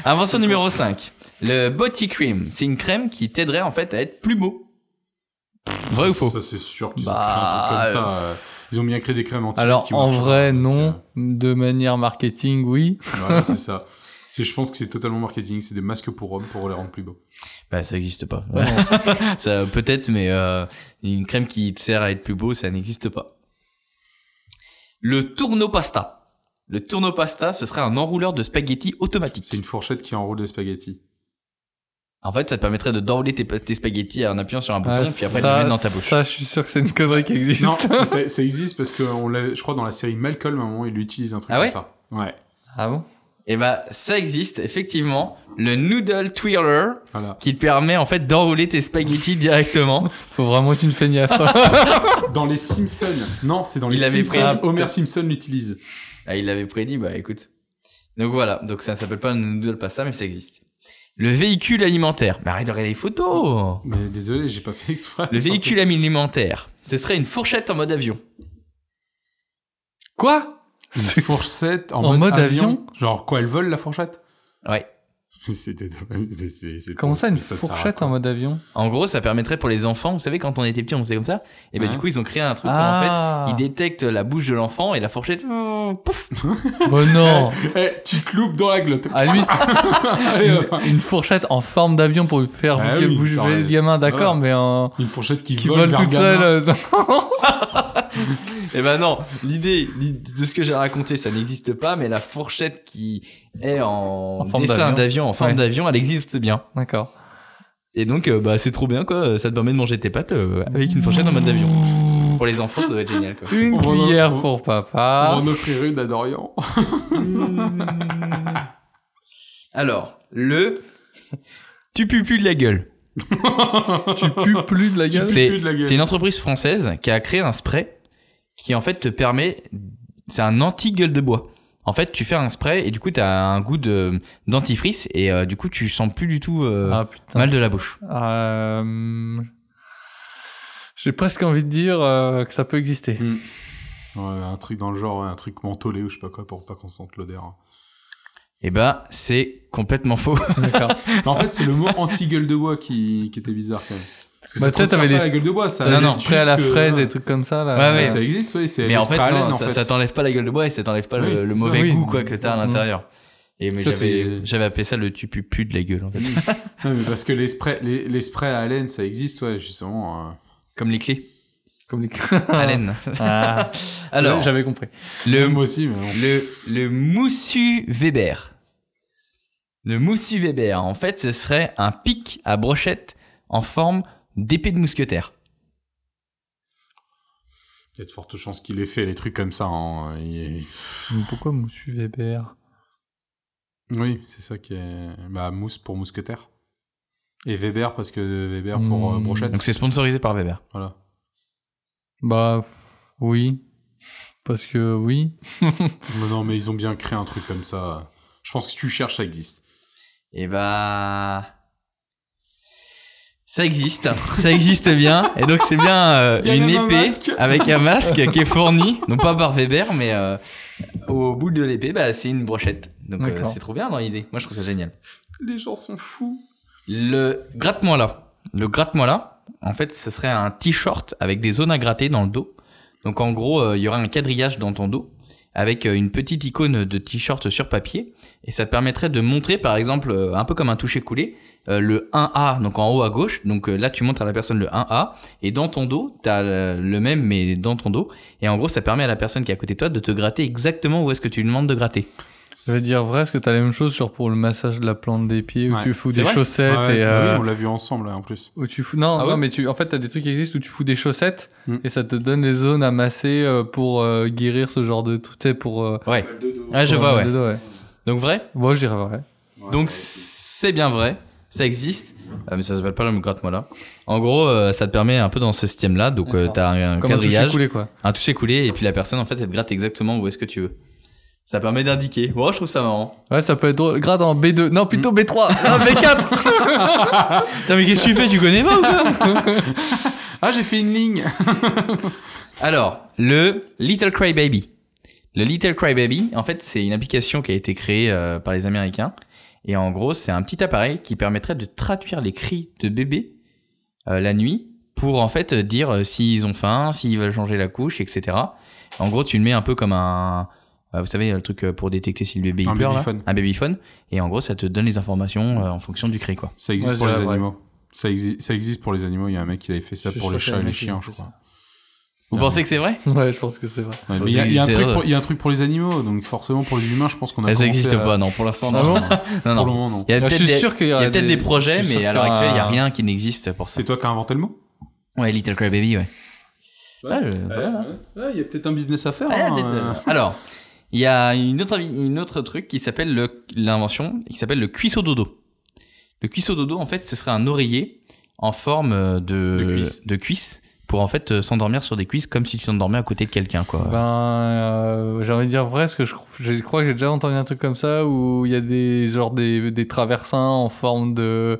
Invention numéro 5. Le body cream. C'est une crème qui t'aiderait en fait à être plus beau. Vrai ou faux Ça, c'est sûr qu'ils Bah, ont créé un truc comme ça. euh, Ils ont bien créé des crèmes anti Alors en vrai, non. euh. De manière marketing, oui. euh, Voilà, c'est ça. C'est, je pense que c'est totalement marketing. C'est des masques pour hommes pour les rendre plus beaux. Bah ça n'existe pas. ça peut-être, mais euh, une crème qui te sert à être plus beau, ça n'existe pas. Le tourno pasta. Le tourno pasta, ce serait un enrouleur de spaghettis automatique. C'est une fourchette qui enroule des spaghettis. En fait, ça te permettrait de d'enrouler tes, tes spaghettis en appuyant sur un Ah, bouton, puis après de les ça, mettre dans ta bouche. ça, je suis sûr que c'est une connerie qui existe. Non, mais ça, ça existe parce que on l'a- je crois dans la série Malcolm, à un moment, il utilise un truc Ah ouais comme ça. Ouais, Ah bon Et bah ça existe effectivement. Le noodle twirler, voilà. qui te permet en fait d'enrouler tes spaghettis directement. Faut vraiment être une feignasse. Dans les Simpsons. Non, c'est dans les Il avait Simpsons. pris un- Homer Simpson l'utilise. Ah, il l'avait prédit, bah écoute. Donc voilà, donc ça ne s'appelle pas un noodle pasta, mais ça existe. Le véhicule alimentaire. Mais arrête de regarder les photos Mais désolé, j'ai pas fait exprès. Le véhicule alimentaire, ce serait une fourchette en mode avion. Quoi Une fourchette en, En mode, mode avion. avion Genre quoi, elle vole la fourchette Ouais. Mais c'est mais c'est- c'est- Comment ça, une ça sert à fourchette quoi en mode avion En gros, ça permettrait pour les enfants, vous savez, quand on était petit, on faisait comme ça. Et bah Ouais. du coup, ils ont créé un truc Hein. Ah. où en fait, ils détectent la bouche de l'enfant et la fourchette. Pouf Bon non Eh, tu te loupes dans la glotte. À lui, Ah, Allez, une, hop. une fourchette en forme d'avion pour lui faire Ah bouger- oui, bouger ça aurait- le gamin, d'accord, voilà. mais en... Une fourchette qui, qui vole, vole vers toute le gamin. seule. euh, dans- Et bah non, l'idée l'idée de ce que j'ai raconté, ça n'existe pas, mais la fourchette qui est en, En forme dessin d'avion. d'avion, en forme Ouais. d'avion, elle existe bien. D'accord. Et donc, euh, bah, c'est trop bien, quoi. Ça te permet de manger tes pâtes euh, avec une fourchette en mode avion. Pour les enfants, ça doit être génial, quoi. Une On va- cuillère on- pour On papa. va en offrir une à Dorian. Alors, le. Tu pupus de la gueule. tu pues plus de la Tu gueule. sais- C'est pupus de la gueule. c'est une entreprise française qui a créé un spray qui, en fait, te permet. C'est un anti-gueule de bois. En fait, tu fais un spray et du coup, t'as un goût de dentifrice et euh, du coup, tu sens plus du tout euh, Ah putain. mal de la bouche. Euh, J'ai presque envie de dire euh, que ça peut exister. Ouais, un truc dans le genre, ouais, un truc mentholé ou je sais pas quoi pour pas qu'on sente l'odeur. hein. Et bah, c'est complètement faux. D'accord. Mais en fait, c'est le mot anti-gueule de bois qui, qui était bizarre quand même. Parce que Bah, ça tu sais, te retire t'avais pas les- la gueule de bois, ça. T'as non, des laisse sprays à la juste que- fraise et des trucs comme ça. Là. Ouais, ouais. Ça existe, oui, c'est mais en fait, l'esprit haleine, non, en ça, fait. ça t'enlève pas la gueule de bois et ça t'enlève pas Oui, le, le c'est mauvais ça, oui. goût quoi que t'as à Mm. l'intérieur. Et mais Ça, j'avais c'est- j'avais appelé ça le tupupu de la gueule. en fait. Non, mais parce que les sprays, les, les sprays à haleine, ça existe, ouais, justement. euh. Comme les clés. Comme les... Haleine. Ah. Alors, j'avais compris. le, Moi aussi, mais bon. le, le moussu Weber. Le moussu Weber, en fait, ce serait un pic à brochette en forme d'épée de mousquetaire. Il y a de fortes chances qu'il ait fait les trucs comme ça. hein. Il- Mais Pourquoi Moussu Weber Oui, c'est ça qui est. Bah, mousse pour mousquetaire. Et Weber, parce que Weber pour Hmm. euh, brochette. Donc c'est sponsorisé par Weber. Voilà. Bah oui. Parce que oui. Mais non, mais ils ont bien créé un truc comme ça. Je pense que si tu cherches, ça existe. Et Eh bah... Ça existe, ça existe bien. Et donc c'est bien euh, Il y a une même un épée masque. avec un masque qui est fourni, non pas par Weber, mais euh, au bout de l'épée, bah, c'est une brochette. Donc euh, D'accord. c'est trop bien dans l'idée. Moi je trouve ça génial. Les gens sont fous. Le gratte-moi là. Le gratte-moi là, en fait, ce serait un t-shirt avec des zones à gratter dans le dos. Donc en gros, euh, il y aura un quadrillage dans ton dos avec euh, une petite icône de t-shirt sur papier et ça te permettrait de montrer par exemple euh, un peu comme un toucher coulé euh, le 1A donc en haut à gauche donc euh, là tu montres à la personne le 1A et dans ton dos tu as le même mais dans ton dos et en gros ça permet à la personne qui est à côté de toi de te gratter exactement où est-ce que tu lui demandes de gratter Ça veut dire vrai, est-ce que t'as la même chose sur pour le massage de la plante des pieds où Ouais. tu fous C'est des vrai chaussettes Ouais, et. c'est- euh, oui, on l'a vu ensemble, là, en plus. où tu fous... Non, Ah non ouais mais tu... en fait, t'as des trucs qui existent où tu fous des chaussettes Mm. et ça te donne les zones à masser euh, pour euh, guérir ce genre de truc. tu sais, Pour, euh, ouais ah je pour vois le mal ouais de dos, ouais. donc vrai Moi, j'irais vrai. Donc c'est bien vrai, ça existe, euh, mais ça s'appelle pas le gratte-moi là. En gros, euh, ça te permet un peu dans ce système-là, donc euh, D'accord. t'as un, Comme un toucher quadrillage, coulé, quoi. un toucher coulé, et puis la personne en fait elle te gratte exactement où est-ce que tu veux. Ça permet d'indiquer. Moi je trouve ça marrant. Ouais, ça peut être drôle. Grade en B2. Non, plutôt B3. Non, B4. Putain mais qu'est-ce que tu fais, tu connais pas ou quoi Ah, j'ai fait une ligne Alors, le Little Cry Baby. Le Little Cry Baby, en fait, c'est une application qui a été créée euh, par les Américains. Et en gros, c'est un petit appareil qui permettrait de traduire les cris de bébé euh, la nuit pour en fait euh, dire euh, s'ils ont faim, s'ils veulent changer la couche, etc. En gros, tu le mets un peu comme un. euh, vous savez, le truc euh, pour détecter si le bébé il Un pleure, là. babyphone. un babyphone. Et en gros, ça te donne les informations euh, en fonction du cri, quoi. Ça existe Ouais, pour les j'irais vrai. animaux. Ça, exi- ça existe pour les animaux. Il y a un mec qui avait fait ça Je suis pour les sûr qu'il y a chats et un les mec qui chiens, fait je ça. crois. Vous Non. pensez que c'est vrai Ouais, je pense que c'est vrai. Ouais, mais il y a- il y, a un C'est truc vrai. pour- il y a un truc pour les animaux, donc forcément pour les humains, je pense qu'on a Ça commencé existe à- pas, non, pour l'instant. Ah non. bon non, Pour non. le moment, non. Il y a je peut-être suis des- sûr qu'il y, Il y aura a peut-être des, je projets, suis sûr mais qu'il à y l'heure aura actuelle, il n'y a un- rien qui n'existe pour ça. C'est toi qui as inventé le mot Ouais, Little Cry Baby, ouais. Ouais. Ah, je- Ouais, voilà. ouais. Ouais, Il y a peut-être un business à faire. Ah, hein, peut-être, euh. euh, Alors, il y a une autre, une autre truc qui s'appelle le- l'invention, qui s'appelle le cuisseau dodo. Le cuisseau dodo, en fait, ce serait un oreiller en forme euh, de, De cuisse. de cuisse pour en fait euh, s'endormir sur des cuisses comme si tu t'endormais à côté de quelqu'un, quoi. Ben, euh, j'ai envie de dire vrai, parce que je, je crois que j'ai déjà entendu un truc comme ça où il y a des genre des, des traversins en forme de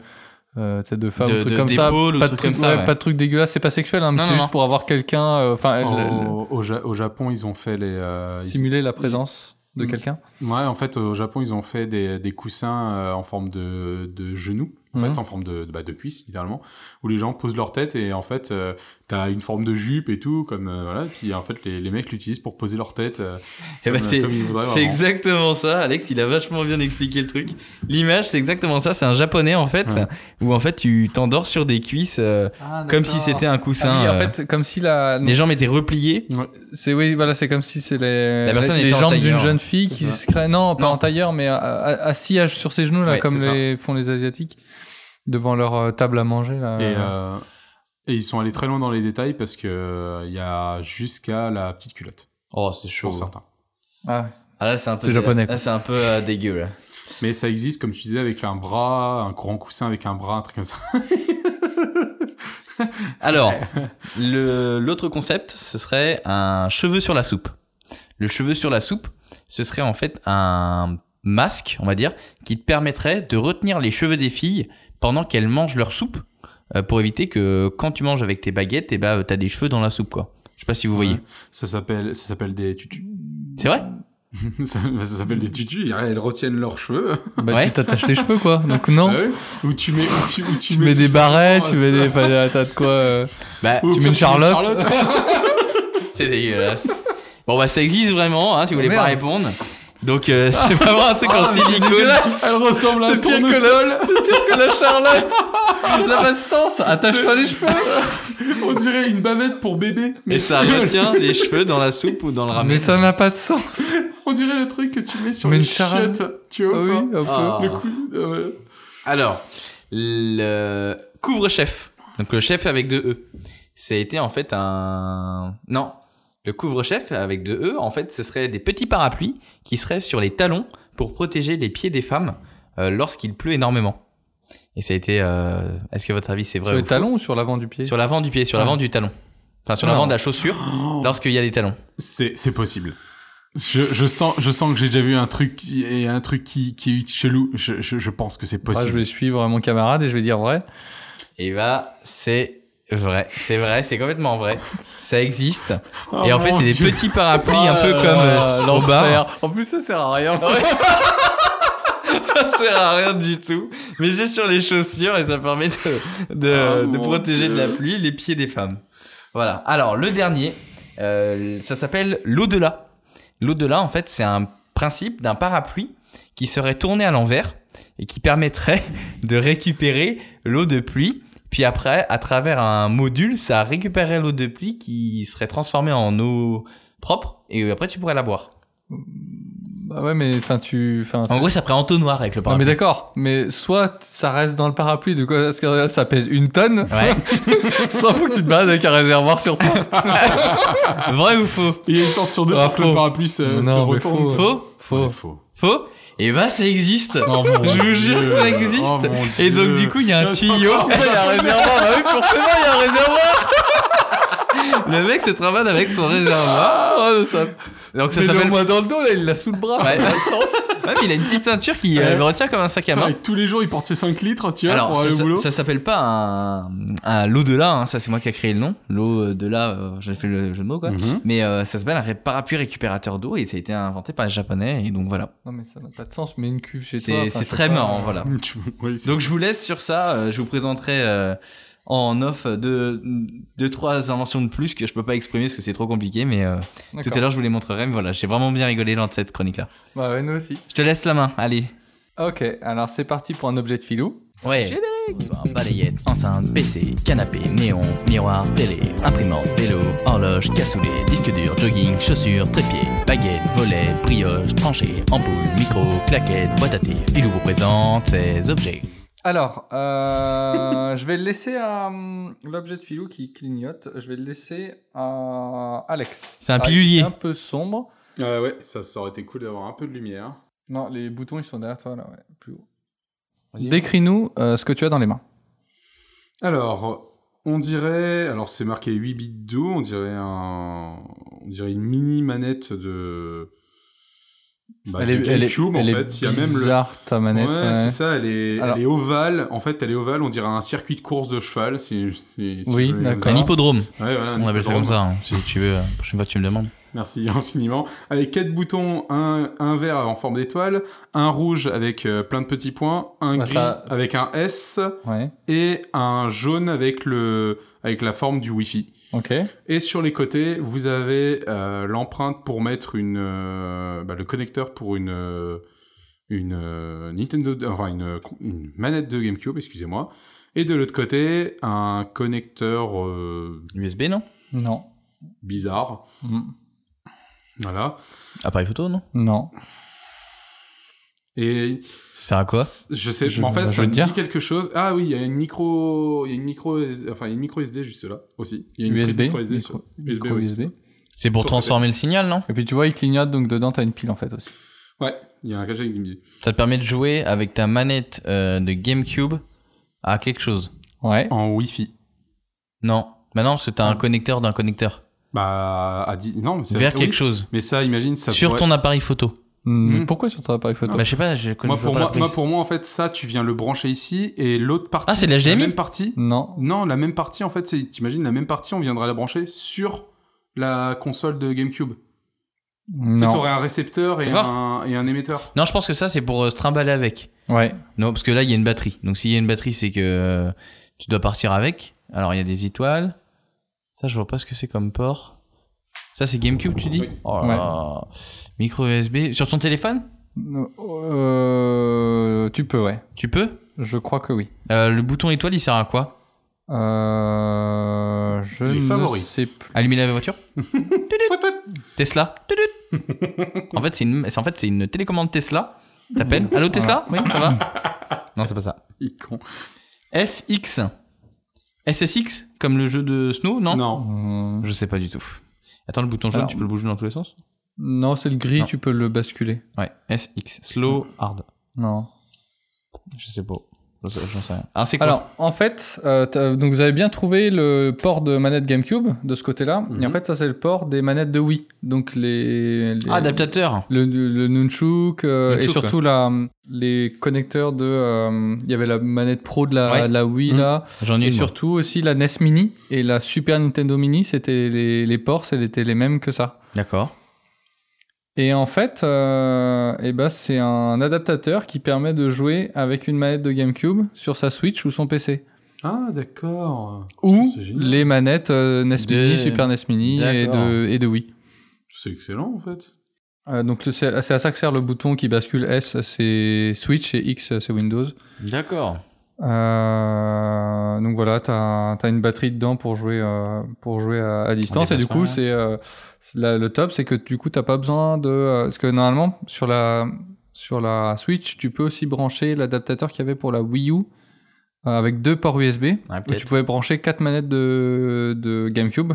euh, tu sais, de femmes, De- ou trucs de- comme ça, d'épaule ou pas truc de comme ça, ouais, ouais. pas de truc dégueulasse, c'est pas sexuel, hein, mais Non, c'est non, juste non. pour avoir quelqu'un, euh, enfin Ah, elle- elle- Au, au Ja- au Japon, ils ont fait les. euh, ils- simuler la présence de Mm. quelqu'un. Ouais, en fait, au Japon, ils ont fait des, des coussins euh, en forme de, de genoux, en Mhm. fait, en forme de, de- bah, de cuisse, littéralement, où les gens posent leur tête et en fait, euh, t'as une forme de jupe et tout, comme euh, voilà. Et puis en fait, les, les mecs l'utilisent pour poser leur tête. euh, Eh ben, comme- c'est comme ils voudraient, c'est vraiment. exactement ça, Alex, il a vachement bien expliqué le truc. L'image, c'est exactement ça, c'est un japonais en fait, Ouais. où en fait tu t'endors sur des cuisses euh, comme si c'était un coussin. Ah oui, en euh, fait, comme si la les jambes étaient repliées c'est oui, voilà, c'est comme si c'est les La personne les, les était en jambes tailleur. d'une jeune fille qui ça. se crée non, pas Non. en tailleur mais à- à- assis à- sur ses genoux là Ouais, comme c'est ça. les font les asiatiques devant leur euh, table à manger là. Et, euh, et ils sont allés très loin dans les détails parce que euh, il y a jusqu'à la petite culotte Oh, c'est chaud. pour certains. Ah, Ah là, c'est un peu. C'est japonais, quoi. Là, c'est un peu euh, dégueu. là. Mais ça existe, comme tu disais, avec un bras, un grand coussin avec un bras, un truc comme ça. Alors, le- l'autre concept, ce serait un cheveu sur la soupe. Le cheveu sur la soupe, ce serait en fait un masque, on va dire, qui te permettrait de retenir les cheveux des filles pendant qu'elles mangent leur soupe, euh, pour éviter que quand tu manges avec tes baguettes, et bah, t'as des cheveux dans la soupe, quoi. Je sais pas si vous voyez. Ouais. Ça s'appelle, ça s'appelle des tutus. C'est vrai ça ça s'appelle des tutus. et Elles retiennent leurs cheveux. Bah, Ouais. tu t'attaches les cheveux, quoi. Donc, non. Ah ouais Ou tu mets, ou tu, ou tu Tu mets tout des ça barrettes, dedans, tu ça. mets des. enfin, T'as de quoi. euh, Bah, Ou tu mets une Charlotte. c'est dégueulasse. Bon, bah, ça existe vraiment, hein, si vous voulez Merde. Ah, pas répondre. Donc, euh, c'est vraiment un truc en silicone. dégueulasse. Elle ressemble à un C'est pire tournesol. que la, Charlotte. Ça n'a pas de sens. Attache-toi les cheveux. Ah, On dirait une bavette pour bébé. Et ça retient les cheveux dans la soupe ou dans le ramen. Mais ça n'a pas de sens. On dirait le truc que tu mets sur Mais une une charade. chiottes. Tu vois ou oui, un pas peu. Ah. Le coup. hein. ah ouais. Alors, le couvre-chef. Donc le chef avec deux E. Ça a été en fait un... Non. Le couvre-chef avec deux E, en fait, ce serait des petits parapluies qui seraient sur les talons pour protéger les pieds des femmes euh, lorsqu'il pleut énormément. Et ça a été... euh, Est-ce que votre avis c'est vrai Sur ou les faux talons ou sur l'avant du pied Sur l'avant du pied, sur Ah. l'avant du talon. Enfin, sur l'avant Non. de la chaussure, lorsqu'il y a des talons. C'est, c'est possible. Je, je sens, je sens que j'ai déjà vu un truc qui- et un truc qui, qui est chelou. Je, je, je pense que c'est Ah, je possible. vais suivre mon camarade et je vais dire vrai. Et bah, c'est vrai. C'est vrai, c'est complètement vrai. Ça existe. Oh Et en fait, c'est des petits parapluies un Oh peu comme euh, au bar. En plus, ça sert à rien. ça sert à rien du tout. Mais c'est sur les chaussures et ça permet de, Oh de, de mon protéger de la Dieu. pluie les pieds des femmes. Voilà. Alors, le dernier, euh, ça s'appelle l'au-delà. L'au-delà, en fait, c'est un principe d'un parapluie qui serait tourné à l'envers et qui permettrait de récupérer l'eau de pluie. Puis après, à travers un module, ça récupérerait l'eau de pluie qui serait transformée en eau propre et après tu pourrais la boire. Bah ouais, mais enfin, tu. enfin, c'est- En gros, ça ferait entonnoir avec le non, mais parapluie. d'accord. Mais soit ça reste dans le parapluie, du coup, parce que là, ça pèse une tonne. ouais. soit faut que tu te balades avec un réservoir sur toi. Vrai ou faux Il y a une chance sur deux Ah, pour que le faux. parapluie se, Non, se mais retourne. faux. Faux Faux. Ouais, faux. Oh Faux Et bah ça existe Non, Oh mon Je vous Dieu. jure que ça existe Oh, mon Et Dieu. Ah, donc du coup il y a un Yes, tuyau encore. Il y a un réservoir. Bah oui, forcément, il y a un réservoir. Le mec se travaille avec son réservoir Oh, ça Donc Ah, ça Mais s'appelle... le moins dans le dos, là, il l'a sous le Ah, bras. Ouais, Ouais, mais il a une petite ceinture qui euh, Ouais. le retient comme un sac à Putain, main et tous les jours, il porte ses 5 litres, tu vois, Alors pour ça, aller au ça- boulot. ça s'appelle pas un, un l'au-delà hein, Ça c'est moi qui a créé le nom L'au-delà, euh, j'ai fait le jeu de mots quoi Mm-hmm. Mhm. Mais euh, ça s'appelle un ré- parapluie récupérateur d'eau Et ça a été inventé par les japonais Et donc voilà Non, mais ça n'a pas de sens. Mets une cuve chez toi. C'est enfin, je c'est sais très pas. marrant voilà Tu- ouais, c'est- Donc je vous laisse sur ça. euh, je vous présenterai euh, en off euh, deux, deux, trois inventions de plus que je peux pas exprimer parce que c'est trop compliqué. Mais euh, tout D'accord. à l'heure je vous les montrerai. Mais voilà, j'ai vraiment bien rigolé dans cette chronique-là. Bah ouais, nous aussi. Je te laisse la main. Allez. Ok, alors c'est parti pour un objet de filou. Ouais. Balayette, enceinte, PC, canapé, néon, miroir, télé, imprimante, vélo, horloge, cassoulet, disque dur, jogging, chaussures, trépied, baguette, volet, brioche, tranchée, ampoule, micro, claquette, boîte à thé. Filou vous présente ces objets. Alors, euh, je vais le laisser à hum, l'objet de filou qui clignote. Je vais le laisser à Alex. C'est un Ah, il pilulier. est Un peu sombre. Ah ouais, ça, ça aurait été cool d'avoir un peu de lumière. Non, les boutons ils sont derrière toi là, ouais, plus haut. Décris-nous euh, ce que tu as dans les mains. Alors, on dirait. Alors, c'est marqué 8 bits d'eau, on dirait un. On dirait une mini manette de. Bah, de GameCube, elle en est fait. Il y a même le. bizarre ta manette. ouais, ouais. c'est ça, elle est, Alors- elle est ovale. En fait, elle est ovale, on dirait un circuit de course de cheval. si- si- si Oui, je voulais d'accord. comme Un ça. hippodrome. Ouais, voilà, un On appelle ça hippodrome. comme ça, hein, si tu veux. La prochaine fois, tu me demandes. Merci infiniment. Avec quatre boutons, un, un vert en forme d'étoile, un rouge avec euh, plein de petits points, un Bah, gris ça- avec un S Ouais, et un jaune avec, le, avec la forme du Wi-Fi. ok. Et sur les côtés, vous avez euh, l'empreinte pour mettre une, euh, bah, le connecteur pour une, euh, une euh, Nintendo, enfin une, une manette de GameCube, excusez-moi. Et de l'autre côté, un connecteur euh, USB, non Non. bizarre. Mm. Voilà. Appareil photo, non Non. Et Ça sert à quoi c- Je sais. Je- mais en fait, bah, je ça veux me te dire. dit quelque chose. Ah oui, il y a une micro, il y a une micro, enfin il y a une micro SD juste là aussi. Il y a une USB. micro SD. sur- micro- micro USB, oui. USB. C'est pour transformer le signal, non Et puis tu vois, il clignote, donc dedans t'as une pile en fait aussi. Ouais, il y a un cachet avec des musiques. Ça te permet de jouer avec ta manette euh, de GameCube à quelque chose. Ouais. En Wi-Fi. Non. Bah non, parce que t'as un connecteur d'un connecteur. Bah à dix- non, mais c'est Vers Ah. c'est- quelque oui. chose. Mais ça, imagine, ça Sur pourrait- ton appareil photo. Mais Mhm. pourquoi sur ton appareil photo Bah, je sais pas, je connais Moi pas pour la moi, prise. moi, pour moi, en fait, ça, tu viens le brancher ici et l'autre partie. Ah, c'est de la l'HDMI? même partie. Non. Non, la même partie, en fait, c'est- t'imagines, la même partie, on viendra la brancher sur la console de GameCube. Tu sais, Non. t'aurais un récepteur et Voir. un, et un émetteur. Non, je pense que ça, c'est pour euh, se trimballer avec. Ouais. Non, parce que là, il y a une batterie. Donc, s'il y a une batterie, c'est que euh, tu dois partir avec. Alors, il y a des étoiles. Ça, je vois pas ce que c'est comme port. Ça, c'est GameCube, tu dis Oui. Oh là là. Micro USB. Sur ton téléphone Euh, tu peux, ouais. Tu peux Je crois que oui. Euh, Le bouton étoile, il sert à quoi Euh, je Les ne favoris. sais plus. Allumer la voiture Pouet, pouet. Tesla En fait, c'est une, c'est- en fait, c'est une télécommande Tesla. T'appelles Allô, Tesla Oui, ça va Non, c'est pas ça. Il est con. SX. SSX, comme le jeu de Snow, non Non. Hum, Je sais pas du tout. Attends, le bouton jaune, Alors- tu peux le bouger dans tous les sens Non, c'est le gris, Non. tu peux le basculer. Ouais, SX, slow, Mm. hard. Non. Je sais pas. Je sais- J'en sais rien. Ah, c'est quoi Alors, en fait, euh, t'as- donc vous avez bien trouvé le port de manette GameCube de ce côté-là. Et en Mhm. fait, ça, c'est le port des manettes de Wii. Donc, les. les- Ah, adaptateur Le, le Nunchuk, euh, et Nunchuk, surtout la, les connecteurs de. euh, Il y avait la manette pro de la, Ouais. la Wii, Mhm. là. J'en ai Et une. moi. surtout aussi la NES Mini et la Super Nintendo Mini, c'était les, les ports, c'était les mêmes que ça. D'accord. Et en fait, euh, eh ben, c'est un adaptateur qui permet de jouer avec une manette de GameCube sur sa Switch ou son PC. Ah, d'accord. Ou C'est génial. les manettes euh, NES De- Mini, Super NES Mini et D'accord. de, et de Wii. C'est excellent, en fait. Euh, donc le- c'est c'est à ça que sert le bouton qui bascule S, c'est Switch et X, c'est Windows. D'accord. Euh, donc voilà, t'as as une batterie dedans pour jouer, euh, pour jouer à, à distance. Et dépasse du pas, coup, ouais. c'est euh, c'est la- le top, c'est que du coup, t'as pas besoin de. euh, parce que normalement, sur la, sur la Switch, tu peux aussi brancher l'adaptateur qu'il y avait pour la Wii U euh, avec deux ports USB. Ouais, où Ah, peut-être. tu pouvais brancher quatre manettes de, de GameCube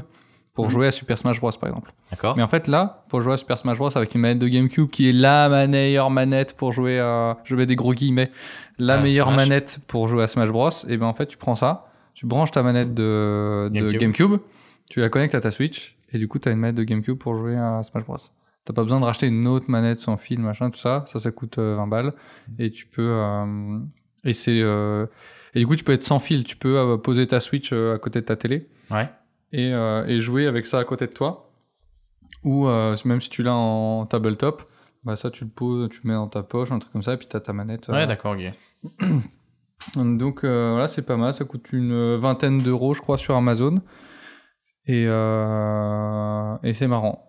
pour Mmh. Mhm. jouer à Super Smash Bros. par exemple. D'accord. Mais en fait, là, pour jouer à Super Smash Bros. avec une manette de GameCube qui est la meilleure manette pour jouer à. Je mets des gros guillemets. La Ah, meilleure Smash. manette pour jouer à Smash Bros. Et ben en fait, tu prends ça, tu branches ta manette de de GameCube, GameCube. tu la connectes à ta Switch, et du coup, tu as une manette de GameCube pour jouer à Smash Bros. T'as pas besoin de racheter une autre manette sans fil, machin, tout ça. Ça, ça coûte euh, 20 balles. Et tu peux. euh, et c'est. euh, et du coup, tu peux être sans fil. Tu peux euh, poser ta Switch euh, à côté de ta télé Ouais. et, euh, et jouer avec ça à côté de toi. Ou euh, même si tu l'as en tabletop, bah ça tu le poses, tu le mets dans ta poche, un truc comme ça, et puis t'as ta manette. euh. Ouais, d'accord, ok. Donc euh, voilà, c'est pas mal, ça coûte une vingtaine d'euros, je crois, sur Amazon. Et, euh, et c'est marrant.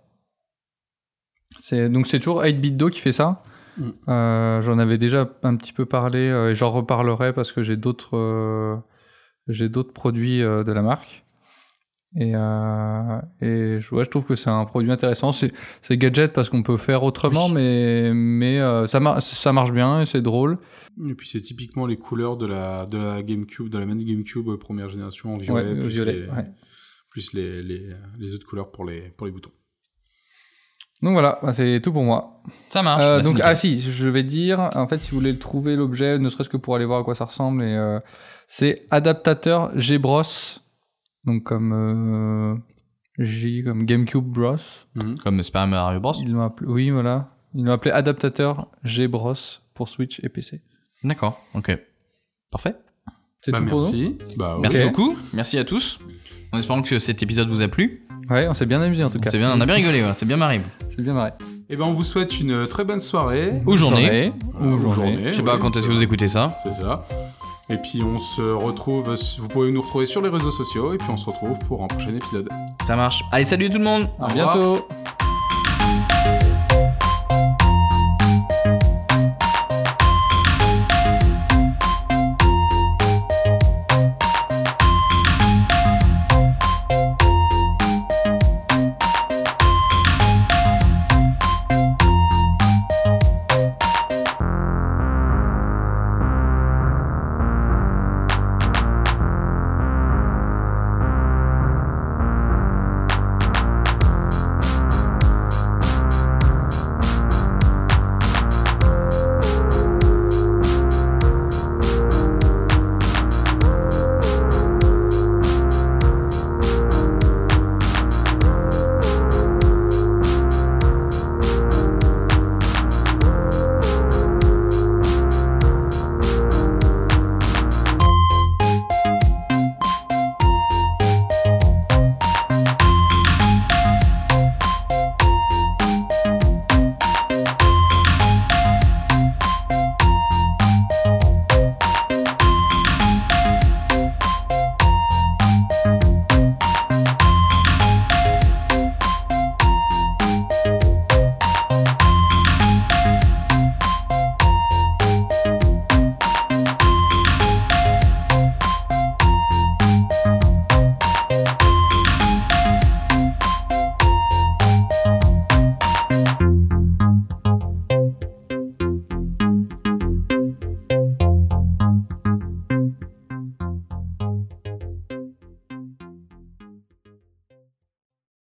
C'est, donc c'est toujours 8BitDo qui fait ça. Mm. Euh, j'en avais déjà un petit peu parlé euh, et j'en reparlerai parce que j'ai d'autres, euh, j'ai d'autres produits euh, de la marque. Et, euh, et je, ouais, je trouve que c'est un produit intéressant. C'est, c'est gadget parce qu'on peut faire autrement, Oui. mais, mais euh, ça, mar- ça marche bien et c'est drôle. Et puis, c'est typiquement les couleurs de la, de la GameCube, de la manette GameCube euh, première génération en violet, Ouais, plus, violet, les, ouais. plus les, les, les autres couleurs pour les, pour les boutons. Donc voilà, bah, c'est tout pour moi. Ça marche. Euh, Bah, c'est donc, nickel. ah si, je vais dire, en fait, si vous voulez le trouver l'objet, ne serait-ce que pour aller voir à quoi ça ressemble, et, euh, c'est adaptateur G-Bros, donc comme euh, J, comme GameCube Bros. Comme Super Mario Bros. Ils l'ont appelé, oui, voilà, ils l'ont appelé adaptateur G-Bros pour Switch et PC. D'accord, ok. Parfait. C'est Bah, tout pour nous. merci. Bah, ouais. Merci Ok. beaucoup. Merci à tous. En espérant que cet épisode vous a plu. Ouais, on s'est bien amusé en tout cas. C'est bien, on a bien rigolé, ouais, c'est bien marré. C'est bien marré. Eh ben, on vous souhaite une très bonne soirée. Ou journée. Euh, Ou ou journée. journée. Je sais pas oui, quand est-ce c'est- que vous écoutez ça. C'est ça. Et puis on se retrouve, vous pouvez nous retrouver sur les réseaux sociaux et puis on se retrouve pour un prochain épisode. Ça marche. Allez, salut tout le monde. À Au revoir. bientôt.